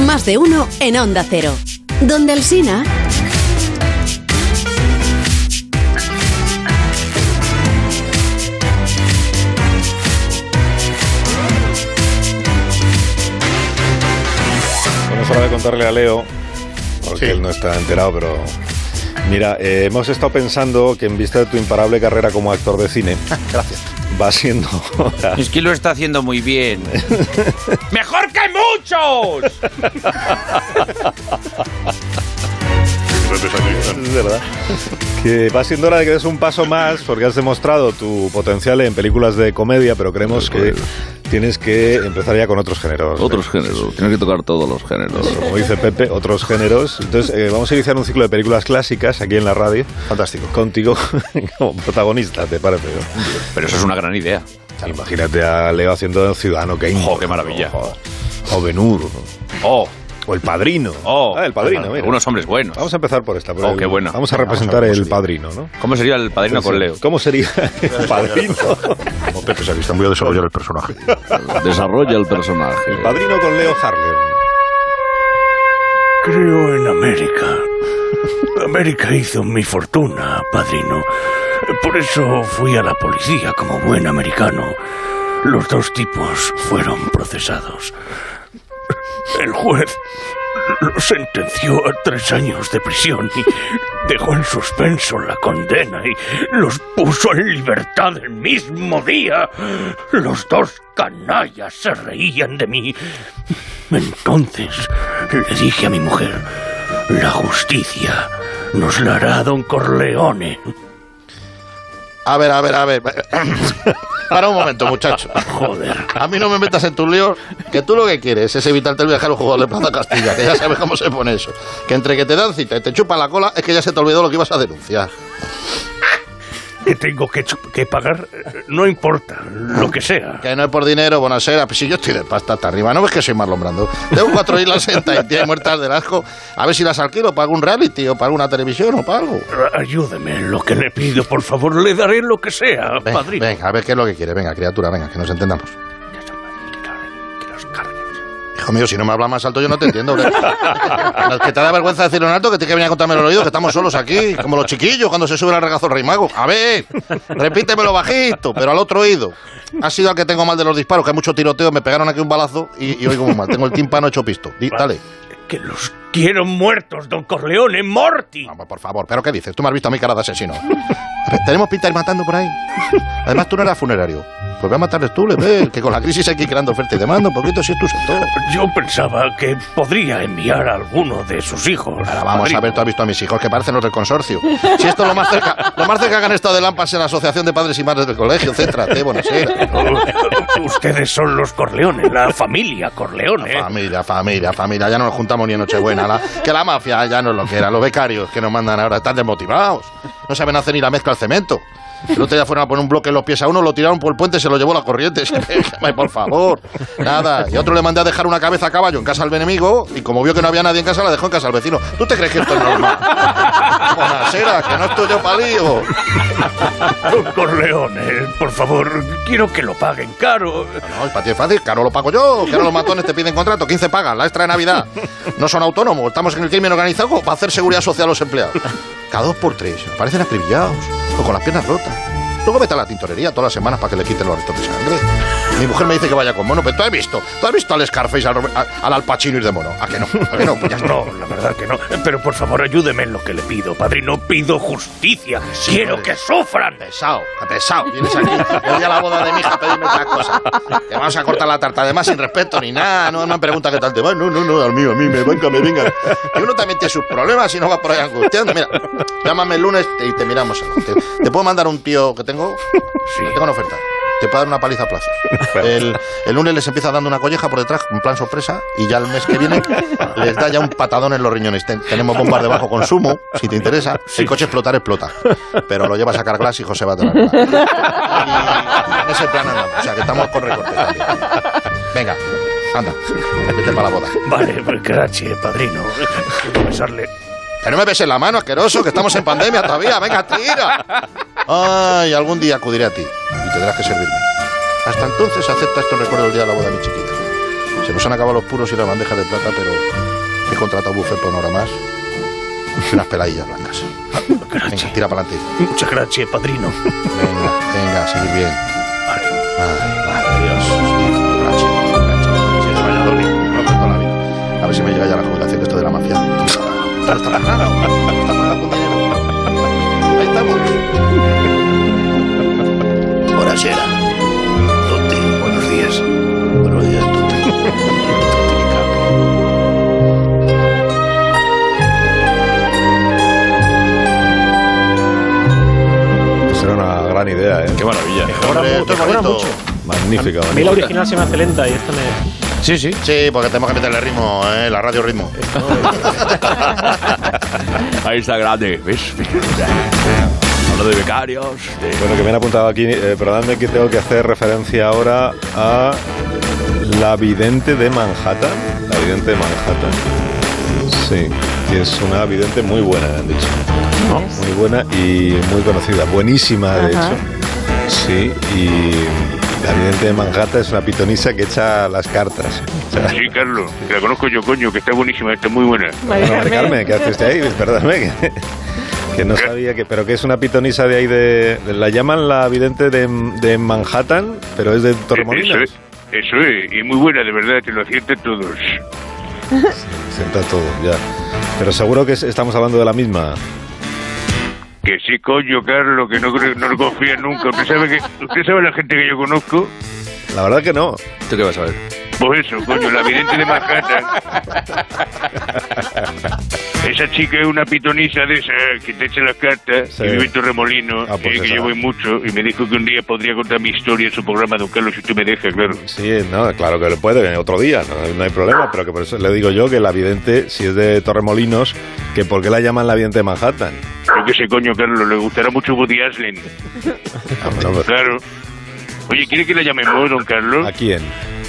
Speaker 11: Más de uno en Onda Cero. Donde Alsina.
Speaker 1: ¿eh? hora de contarle a Leo, porque él no está enterado, pero... Mira, eh, hemos estado pensando que en vista de tu imparable carrera como actor de cine... Gracias. Va siendo... hora.
Speaker 4: Es que lo está haciendo muy
Speaker 10: [laughs]
Speaker 4: bien. ¡Mejor que muchos!
Speaker 1: [laughs] Es verdad. Que va siendo hora de que des un paso más, porque has demostrado tu potencial en películas de comedia, pero creemos que
Speaker 4: Pues.
Speaker 1: tienes que empezar ya con otros géneros.
Speaker 14: Otros géneros, tienes que tocar todos los géneros.
Speaker 1: Como dice Pepe, otros géneros. Entonces, eh, vamos a iniciar un ciclo de películas clásicas aquí en la radio. Fantástico. Contigo [laughs] como protagonista, te parece. ¿no?
Speaker 4: Pero eso es una gran idea.
Speaker 1: Imagínate a Leo haciendo Ciudadano Kane.
Speaker 4: ¡Oh, qué maravilla!
Speaker 1: O Benur.
Speaker 4: ¡Oh!
Speaker 1: O El Padrino.
Speaker 4: ¡Oh!
Speaker 1: Ah, El Padrino, mira.
Speaker 4: Algunos hombres buenos.
Speaker 1: Vamos a empezar por esta. por
Speaker 4: Oh,
Speaker 1: el-
Speaker 4: qué bueno.
Speaker 1: Vamos a representar El Padrino, ¿no?
Speaker 4: ¿Cómo sería el padrino con Leo? [laughs]
Speaker 1: ¿Cómo sería El Padrino?
Speaker 2: Como Pepe Sacristán, voy a desarrollar el personaje.
Speaker 14: Desarrolla el
Speaker 4: [laughs]
Speaker 14: personaje.
Speaker 1: El Padrino con Leo Harlem.
Speaker 13: Creo en América. América hizo mi fortuna, padrino. Por eso fui a la policía como buen americano. Los dos tipos fueron procesados. El juez lo sentenció a tres años de prisión y dejó en suspenso la condena y los puso en libertad el mismo día. Los dos canallas se reían de mí. Entonces le dije a mi mujer, la justicia nos la hará don Corleone.
Speaker 15: A ver, a ver, [coughs] a ver. Para un momento, muchacho.
Speaker 13: Joder.
Speaker 15: A mí no me metas en tus líos, que tú lo que quieres es evitarte el viaje a los Juegos de Plaza Castilla, que ya sabes cómo se pone eso. Que entre que te dan cita y te chupan la cola, es que ya se te olvidó lo que ibas a denunciar.
Speaker 13: Que tengo que, chu- que pagar, eh, no importa, lo que sea.
Speaker 15: Que no es por dinero, Bonasera, pues si yo estoy de pasta hasta arriba, no ves que soy Marlon Brando. Tengo cuatro islas en Tahití y muertas del asco, a ver si las alquilo para algún reality o para alguna televisión o para algo.
Speaker 13: Ayúdeme en lo que le pido, por favor, le daré lo que sea, padrino.
Speaker 15: Venga, a ver qué es lo que quiere, venga, criatura, venga, que nos entendamos. Hijo mío, si no me hablas más alto yo no te entiendo. hombre. No, es que te da vergüenza decirlo en alto, que tienes que venir a contarme los oídos, que estamos solos aquí, como los chiquillos cuando se sube al regazo el rey mago. A ver, repítemelo bajito, pero al otro oído. Ha sido al que tengo mal de los disparos, que hay mucho tiroteo, me pegaron aquí un balazo y, y oigo muy mal. Tengo el tímpano hecho pisto. Di- dale.
Speaker 13: Que los quiero muertos, don Corleone, Morty.
Speaker 15: Vamos, por favor, ¿pero qué dices? Tú me has visto a mi cara de asesino. A ver, Tenemos pinta de ir matando por ahí. Además, tú no eras funerario. Pues ve a matarles tú, le ves, que con la crisis hay que ir creando oferta y demanda un poquito, si es tu sector.
Speaker 13: Yo pensaba que podría enviar a alguno de sus hijos.
Speaker 15: Ahora vamos a ver, tú has visto a mis hijos que parecen los del consorcio. Si esto es lo más cerca, lo más cerca que han estado de Lampas en la Asociación de Padres y Madres del Colegio, céntrate, buenas
Speaker 13: [laughs] Ustedes son los Corleones, la familia Corleone.
Speaker 6: ¿Eh?
Speaker 15: Familia, familia, familia, ya no nos juntamos ni en Nochebuena. la- que la mafia ya no es lo que era, los becarios que nos mandan ahora están desmotivados. No saben hacer ni la mezcla al cemento. El otro día fueron a poner un bloque en los pies a uno, lo tiraron por el puente y se lo llevó la corriente. [laughs] Ay, por favor, nada. Y otro le mandé a dejar una cabeza a caballo en casa al enemigo y como vio que no había nadie en casa, la dejó en casa al vecino. ¿Tú te crees que esto es normal? [laughs] Bonasera, que no estoy yo palío.
Speaker 13: Don Corleone, ¿eh? por favor, quiero que lo paguen caro.
Speaker 15: No, para ti es fácil, caro lo pago yo, que ahora los matones te piden contrato, 15 pagas, la extra de Navidad. No son autónomos, estamos en el crimen organizado para hacer seguridad social a los empleados. Cada dos por tres, aparecen acribillados, o con las piernas rotas. Luego vete a la tintorería todas las semanas para que le quiten los restos de sangre. Mi mujer me dice que vaya con mono, pero tú has visto, tú has visto al Scarface, al, Robert- a- al Al Pacino ir de mono. ¿A que no? ¿A que no? Pues ya está.
Speaker 13: No, la verdad que no. Pero por favor, ayúdeme en lo que le pido, padrino. Pido justicia. quiero que sufran.
Speaker 15: Pesado, pesado. Vienes aquí el día de la boda de mi hija a pedirme estas cosas. Que vamos a cortar la tarta además sin respeto ni nada. No me pregunta qué tal te va. No, no, no, al mío, a mí me venga, me venga. Y uno también tiene sus problemas y no va por ahí angustiando. Mira, llámame el lunes y te miramos algo. ¿Te, te puedo mandar un tío que tengo? Sí. Tengo una oferta. Te puedo dar una paliza a plazo. El, el lunes les empieza dando una colleja por detrás, un plan sorpresa, y ya el mes que viene les da ya un patadón en los riñones. Ten- tenemos bombas de bajo consumo, si te interesa. El coche explotar, explota. Pero lo llevas a Carglass y José va a tener En ese plan andamos, o sea que estamos con recorte también. Venga, anda, vete para la boda.
Speaker 13: Vale, pues gracias, padrino. Quiero besarle.
Speaker 15: Que no me beses la mano, asqueroso, que estamos en pandemia todavía. Venga, tira. Ay, algún día acudiré a ti y tendrás que servirme. Hasta entonces acepta estos recuerdos del día de la boda de mi chiquita. Se nos han acabado los puros y las bandejas de plata, pero he contratado buffet por una hora más y unas peladillas blancas. Venga, tira para adelante.
Speaker 13: Muchas gracias, padrino.
Speaker 15: Venga, venga, a seguir bien. Ay, vale, Dios. Gracias, gracias. Valladolid. Pronto, toda la vida. A ver si me llega ya la hombre, esto es bonito.
Speaker 1: ¿eh? Magnífica,
Speaker 6: A mí la original se me hace lenta y esta me.
Speaker 5: Sí, sí.
Speaker 15: Sí, porque tenemos que meterle ritmo, ¿eh? la radio ritmo.
Speaker 14: Ahí está grande, ¿ves? Hablo de becarios. de-
Speaker 1: Bueno, que me han apuntado aquí, eh, perdóname que tengo que hacer referencia ahora a la vidente de Manhattan. La vidente de Manhattan. Sí, que es una vidente muy buena, me han dicho. Muy buena y muy conocida. Buenísima, de
Speaker 16: Ajá.
Speaker 1: hecho. Sí, y la vidente de Manhattan es una pitonisa que echa las cartas. O sea,
Speaker 16: Sí, Carlos, que la conozco yo, coño, que está buenísima, está muy buena.
Speaker 1: bueno, hombre, Carmen, ¿qué hace usted ahí? Perdóname. Que, que no sabía que, pero que es una pitonisa de ahí de, de- la llaman la vidente de, de Manhattan, pero es de
Speaker 16: Eso
Speaker 1: Torremolinos.
Speaker 16: es, eso es, y muy buena, de verdad, que lo acierten todos.
Speaker 1: Sienta todo, ya. Pero seguro que es- estamos hablando de la misma.
Speaker 16: Que sí, coño, Carlos, que no, creo- no lo confía nunca. ¿Usted sabe, que, ¿Usted sabe la gente que yo conozco?
Speaker 1: La verdad que no.
Speaker 14: ¿Tú qué vas a ver?
Speaker 16: Pues eso, coño, la vidente de Manhattan. Esa chica es una pitonisa de esa eh, que te echa las cartas
Speaker 1: Sí.
Speaker 16: y vive en Torremolino,
Speaker 1: Ah, pues
Speaker 16: eh, que
Speaker 1: esa.
Speaker 16: yo voy mucho, y me dijo que un día podría contar mi historia en su programa, don Carlos, si usted me deja, claro.
Speaker 1: Sí, no, claro que lo puede, otro día, no, no hay problema, pero que por eso le digo yo que la vidente, si es de Torremolinos, que por qué la llaman la vidente de Manhattan.
Speaker 16: Creo que ese coño, Carlos, le gustará mucho Woody Allen.
Speaker 1: Ah,
Speaker 16: Claro. Oye, ¿quiere que la llamemos, don Carlos?
Speaker 1: pues, ¿A quién?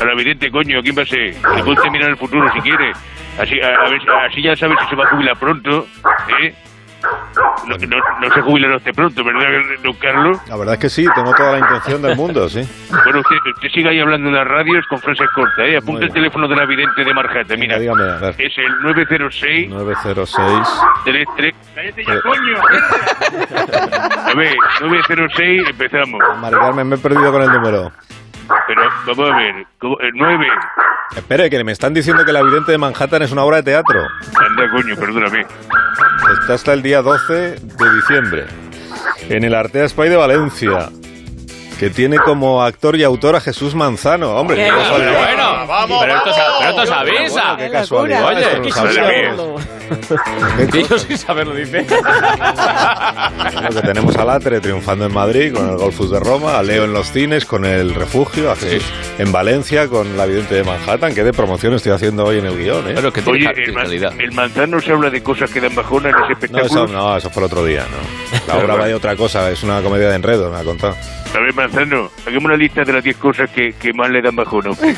Speaker 16: A la vidente, coño, ¿quién va a ser? Le puede usted mirar el futuro si quiere. Así, a, a ver, así ya sabe si se va a jubilar pronto, ¿eh? No, no- no se jubilará usted pronto, ¿verdad, don Carlos?
Speaker 1: La verdad es que sí, tengo toda la intención del mundo, sí.
Speaker 16: Bueno, usted, usted siga ahí hablando en las radios con frases cortas, ¿eh? Apunta el teléfono de la vidente de Marjata, mira.
Speaker 1: Dígame, a ver,
Speaker 16: Es el 906
Speaker 1: 906.
Speaker 16: 33... ¡Cállate ya, coño! A ver, 906, empezamos.
Speaker 1: Mari Carmen, me he perdido con el número.
Speaker 16: Pero vamos a ver, ¿cómo? Eh, el 9.
Speaker 1: Espere, que me están diciendo que La Vidente de Manhattan es una obra de teatro.
Speaker 16: Anda, coño, perdóname.
Speaker 1: Está hasta el día 12 de diciembre. En el Artea Spy de Valencia. Que tiene como actor y autor a Jesús Manzano. Hombre, qué casualidad.
Speaker 5: bueno,
Speaker 15: vamos,
Speaker 5: pero esto,
Speaker 15: vamos.
Speaker 5: sa- pero esto se avisa.
Speaker 1: Qué casualidad.
Speaker 5: Oye,
Speaker 1: Esto no
Speaker 5: qué
Speaker 1: sabía.
Speaker 5: Y [laughs] yo sin saberlo dice.
Speaker 1: Bueno, que tenemos a Latre triunfando en Madrid con el Golfus de Roma, a Leo en los cines con el Refugio, a Jesús en Valencia con la Vidente de Manhattan. Qué de promoción estoy haciendo hoy en el guión, ¿eh?
Speaker 16: Oye, el, man- el manzano se habla de cosas que dan bajona en ese
Speaker 1: No, eso,
Speaker 16: espectáculo.
Speaker 1: no, eso fue el otro día, ¿no? La obra va de otra cosa, es una comedia de enredo, me ha contado.
Speaker 16: A ver, manzano, hagamos una lista de las 10 cosas que, que más le dan bajona.
Speaker 6: Eh,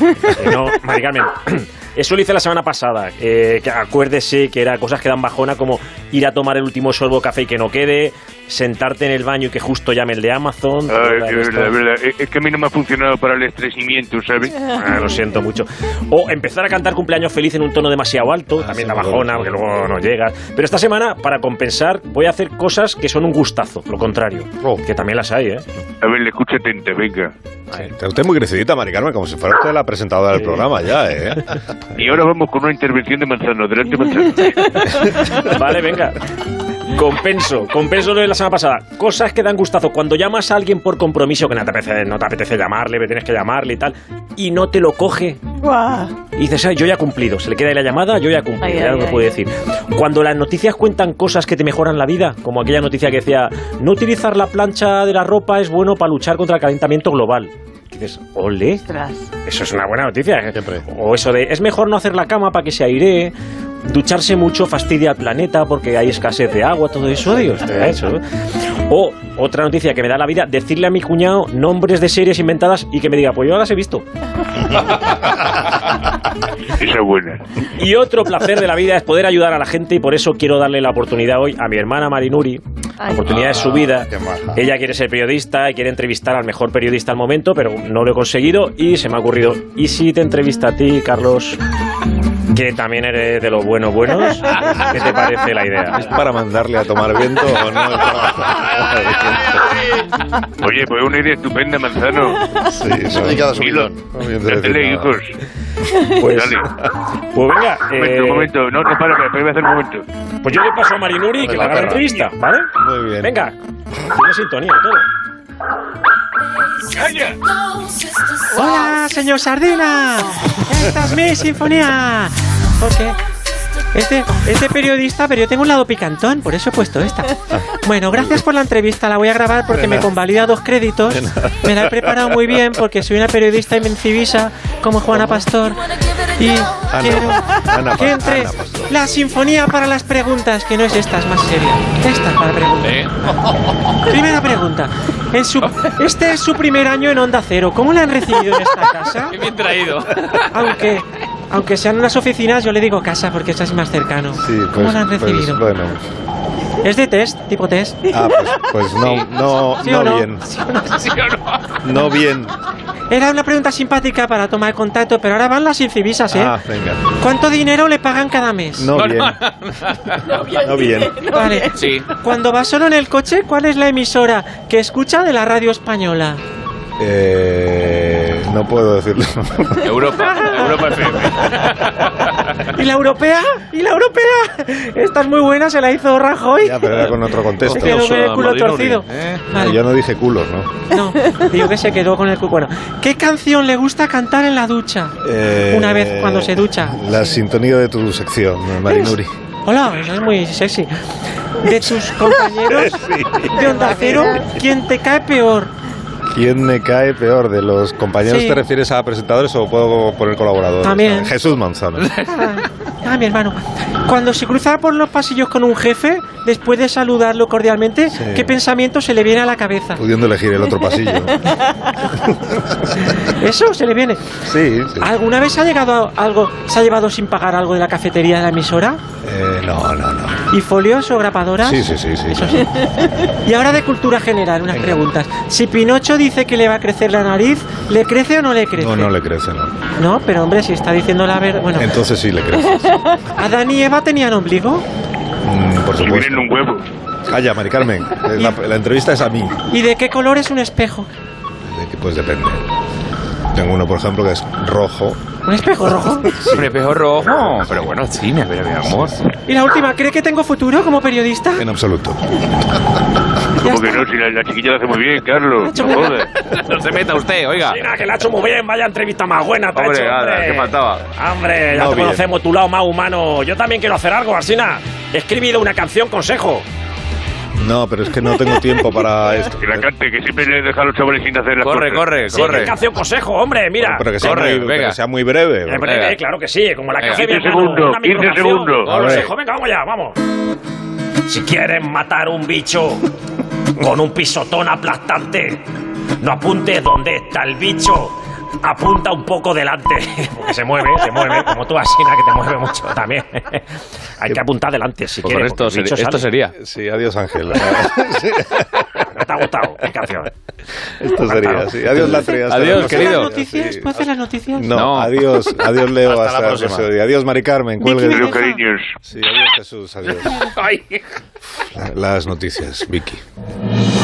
Speaker 6: No, Mari Carmen. [clears throat] Eso lo hice la semana pasada. eh, que acuérdese que era cosas que dan bajona como ir a tomar el último sorbo de café y que no quede, sentarte en el baño y que justo llame el de Amazon.
Speaker 16: Ay,
Speaker 6: ¿te acuerdas
Speaker 16: de
Speaker 6: de esto?
Speaker 16: verdad, de verdad. Es, es que a mí no me ha funcionado para el estresamiento, ¿sabes?
Speaker 6: Ah, lo siento mucho. O empezar a cantar cumpleaños feliz en un tono demasiado alto, también la bajona, porque luego no llegas. Pero esta semana, para compensar, voy a hacer cosas que son un gustazo, lo contrario. Que también las hay, ¿eh?
Speaker 16: A ver, le escucha atenta, venga.
Speaker 1: Está usted muy crecidita, Mari Carmen, como si fuera usted la presentadora del programa ya, ¿eh?
Speaker 16: Y ahora vamos con una intervención de manzano. Adelante, manzano.
Speaker 6: Vale, venga. Compenso, compenso lo de la semana pasada. Cosas que dan gustazo. Cuando llamas a alguien por compromiso, que no te apetece, no te apetece llamarle, pero tienes que llamarle y tal, y no te lo coge. Y dices, "Ah, yo ya he cumplido. Se le queda ahí la llamada, yo ya he cumplido.
Speaker 17: Ay,
Speaker 6: ya
Speaker 17: ay,
Speaker 6: no te
Speaker 17: ay,
Speaker 6: puedo decir. Cuando las noticias cuentan cosas que te mejoran la vida, como aquella noticia que decía, no utilizar la plancha de la ropa es bueno para luchar contra el calentamiento global. Y dices, ole, eso es una buena noticia. ¿eh? O eso de, es mejor no hacer la cama para que se aire Ducharse mucho fastidia al planeta porque hay escasez de agua, todo eso, digo, hostia, eso. O otra noticia que me da la vida, decirle a mi cuñado nombres de series inventadas y que me diga, pues yo las he visto.
Speaker 16: Esa es buena.
Speaker 6: Y otro placer de la vida es poder ayudar a la gente y por eso quiero darle la oportunidad hoy a mi hermana Marinuri. La oportunidad de su vida. Ella quiere ser periodista y quiere entrevistar al mejor periodista al momento, pero no lo he conseguido y se me ha ocurrido. ¿Y si te entrevista a ti, Carlos? Que también eres de los buenos buenos. ¿Qué te parece la idea?
Speaker 1: ¿Es para mandarle a tomar viento o [laughs] no?
Speaker 16: Oye, pues una idea estupenda, manzano.
Speaker 1: Sí, eso.
Speaker 16: Dilo. Dátele, hijos.
Speaker 6: Pues,
Speaker 16: Dale.
Speaker 6: pues venga.
Speaker 16: Un momento, un momento. No, no, para, para, para, voy a hacer un momento.
Speaker 6: Pues yo le paso a Marinuri que le haga la entrevista, ¿vale?
Speaker 1: Muy bien.
Speaker 6: Venga, tiene sintonía y todo.
Speaker 9: Hola, señor Sardina. Esta es mi sinfonía. Porque este, este periodista, pero yo tengo un lado picantón, por eso he puesto esta. Bueno, gracias por la entrevista. La voy a grabar porque me convalida dos créditos. Me la he preparado muy bien porque soy una periodista invencivisa como Juana Pastor. Y
Speaker 1: Ana,
Speaker 9: quiero
Speaker 1: Ana Pa-
Speaker 9: que entre
Speaker 1: Ana
Speaker 9: la sinfonía para las preguntas, que no es esta, es más seria. Esta es para preguntas. [laughs] Primera pregunta. En su, este es su primer año en Onda Cero. ¿Cómo le han recibido en esta casa?
Speaker 7: Qué bien traído.
Speaker 9: Aunque, aunque sean unas oficinas, yo le digo casa porque esa es más cercano.
Speaker 1: Sí, pues,
Speaker 9: ¿Cómo la han
Speaker 1: pues,
Speaker 9: recibido?
Speaker 1: bueno,
Speaker 9: ¿Es de test? ¿Tipo test?
Speaker 1: ah, pues, pues no, no,
Speaker 9: ¿Sí
Speaker 1: no,
Speaker 9: o no?
Speaker 1: bien.
Speaker 9: ¿Sí o no?
Speaker 1: No bien.
Speaker 9: Era una pregunta simpática para tomar contacto, pero ahora van las incivisas, ¿eh?
Speaker 1: Ah, venga.
Speaker 9: ¿Cuánto dinero le pagan cada mes?
Speaker 1: No bien. No bien.
Speaker 9: [laughs] Vale.
Speaker 7: Sí.
Speaker 9: Cuando va solo en el coche, ¿cuál es la emisora que escucha de la radio española?
Speaker 1: Eh, no puedo decirlo. [laughs]
Speaker 7: Europa, Europa FM.
Speaker 9: ¿Y la europea? ¿Y la europea? Esta es muy buena, se la hizo Rajoy.
Speaker 1: Ya, pero era con otro contexto.
Speaker 9: Se quedó con el culo torcido. Vale.
Speaker 1: No, ¿eh? yo no dije culos, ¿no?
Speaker 9: No, digo que se quedó con el culo. Bueno, ¿qué canción le gusta cantar en la ducha?
Speaker 1: Eh,
Speaker 9: Una vez cuando se ducha.
Speaker 1: La sintonía de tu sección, Marinuri.
Speaker 9: Hola, eso es muy sexy. De
Speaker 1: [laughs]
Speaker 9: tus compañeros de Onda Cero, ¿quién te cae peor?
Speaker 1: ¿Quién me cae peor? ¿De los compañeros
Speaker 9: Sí.
Speaker 1: te refieres a presentadores o puedo poner colaboradores?
Speaker 9: También.
Speaker 1: Jesús Manzano.
Speaker 9: Ah, mi hermano. Cuando se cruzaba por los pasillos con un jefe, después de saludarlo cordialmente,
Speaker 1: Sí.
Speaker 9: ¿qué pensamiento se le viene a la cabeza?
Speaker 1: Pudiendo elegir el
Speaker 9: [laughs]
Speaker 1: otro pasillo.
Speaker 9: Eso se le viene.
Speaker 1: Sí, sí.
Speaker 9: ¿Alguna vez ha llegado a- algo, se ha llevado sin pagar algo de la cafetería de la emisora?
Speaker 1: Eh, no, no, no.
Speaker 9: ¿Y folios o grapadoras?
Speaker 1: Sí, sí, sí, sí.
Speaker 9: Eso
Speaker 1: claro.
Speaker 9: Y ahora de cultura general, unas preguntas. Si Pinocho dice que le va a crecer la nariz, ¿le crece o no le crece?
Speaker 1: No, no le crece, no.
Speaker 9: No, pero hombre, si está diciendo la verdad. Bueno,
Speaker 1: Entonces sí le crece.
Speaker 9: ¿Adán y Eva tenían ombligo?
Speaker 1: Mm, por supuesto. Tienen un huevo. Calla, Mari Carmen. eh, La, la entrevista es a mí.
Speaker 9: ¿Y de qué color es un espejo?
Speaker 1: De que, Pues depende. Tengo uno, por ejemplo, que es rojo.
Speaker 9: ¿Un espejo
Speaker 1: [laughs]
Speaker 9: rojo?
Speaker 18: Un espejo rojo. Pero bueno, sí, mi, mi amor.
Speaker 9: Y la última, ¿cree que tengo futuro como periodista?
Speaker 1: En absoluto.
Speaker 16: ¿Cómo que no? Si la, la chiquilla lo hace muy bien,
Speaker 9: [laughs]
Speaker 16: Carlos. No jodas.
Speaker 18: No se meta usted, oiga.
Speaker 6: Mira, que la ha hecho muy bien, vaya entrevista más buena, te ha
Speaker 18: Hombre,
Speaker 6: hecho,
Speaker 18: nada,
Speaker 6: hombre.
Speaker 18: ¿qué faltaba?
Speaker 6: Hombre, ya
Speaker 18: No
Speaker 6: te
Speaker 18: bien.
Speaker 6: conocemos tu lado más humano. Yo también quiero hacer algo, Asina. He escribido una canción consejo.
Speaker 1: No, pero es que no tengo tiempo para esto.
Speaker 16: Que la cante, que siempre le deja a los chavales sin hacer las
Speaker 1: Corre,
Speaker 16: cosas.
Speaker 1: corre,
Speaker 6: Sí, ¿qué canción consejo, hombre, mira.
Speaker 1: Pero que sea,
Speaker 16: Corre,
Speaker 1: muy,
Speaker 16: venga.
Speaker 1: pero que sea muy breve.
Speaker 6: Eh, breve,
Speaker 1: Venga.
Speaker 6: claro que sí, como la que
Speaker 1: Venga.
Speaker 6: hace
Speaker 1: 15
Speaker 6: mi hermano,
Speaker 1: segundos,
Speaker 6: una
Speaker 1: 15
Speaker 6: microcanción.
Speaker 1: segundos. A ver.
Speaker 6: Consejo, venga, vamos ya, vamos. Si quieren matar un bicho con un pisotón aplastante, no apuntes dónde está el bicho. Apunta un poco delante, [laughs] porque se mueve, se mueve, como tú, Asina, que te mueve mucho también. [laughs] Hay que apuntar delante si
Speaker 5: Pues
Speaker 6: quieres. porque el bicho sale.
Speaker 1: Sí, adiós Ángel. [laughs]
Speaker 6: ¿No te ha gustado? ¿Qué canción?
Speaker 1: Esto sería, sí. Adiós Latria. hasta
Speaker 9: ¿Puedo
Speaker 1: la próxima.
Speaker 9: hacer las noticias? pues. ¿Puedo hacer las noticias?
Speaker 1: No, adiós, adiós Leo, hasta,
Speaker 19: la
Speaker 1: la
Speaker 19: próxima.
Speaker 1: próxima. Adiós Mari Carmen, cuelgue.
Speaker 16: Adiós, cariños.
Speaker 1: Sí, adiós Jesús, adiós. Las noticias, Vicky.